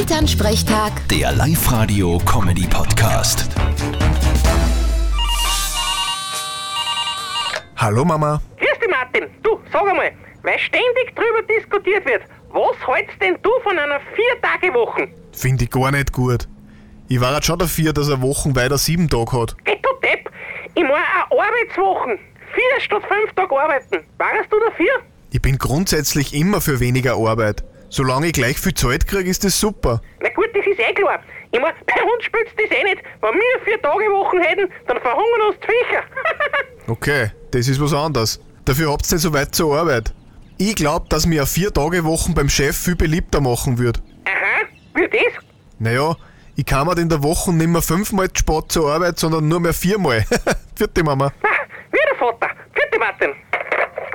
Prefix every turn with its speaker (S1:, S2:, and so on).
S1: Elternsprechtag,
S2: Der Live-Radio-Comedy-Podcast.
S3: Hallo Mama.
S4: Grüß dich, Martin. Du, sag einmal, weil ständig drüber diskutiert wird, was hältst denn du von einer Vier-Tage-Woche?
S3: Finde ich gar nicht gut. Ich war jetzt schon dafür, dass er Wochen weiter sieben Tage hat.
S4: Geh du Depp, ich meine eine Arbeitswoche. Vier statt fünf Tage arbeiten. Warst du dafür?
S3: Ich bin grundsätzlich immer für weniger Arbeit. Solange ich gleich viel Zeit kriege, ist das super.
S4: Na gut, das ist eh klar. Ich meine, bei uns spürt's das eh nicht. Wenn wir Vier-Tage-Wochen hätten, dann verhungern uns die Viecher.
S3: Okay, das ist was anderes. Dafür habt's nicht so weit zur Arbeit. Ich glaub, dass mir vier Tage Wochen beim Chef viel beliebter machen wird.
S4: Aha, wie das?
S3: Naja, ich kann halt in der Woche nicht mehr fünfmal zu spät zur Arbeit, sondern nur mehr viermal. Vierte Mama.
S4: Ah, wie der Vater. Vierte Martin.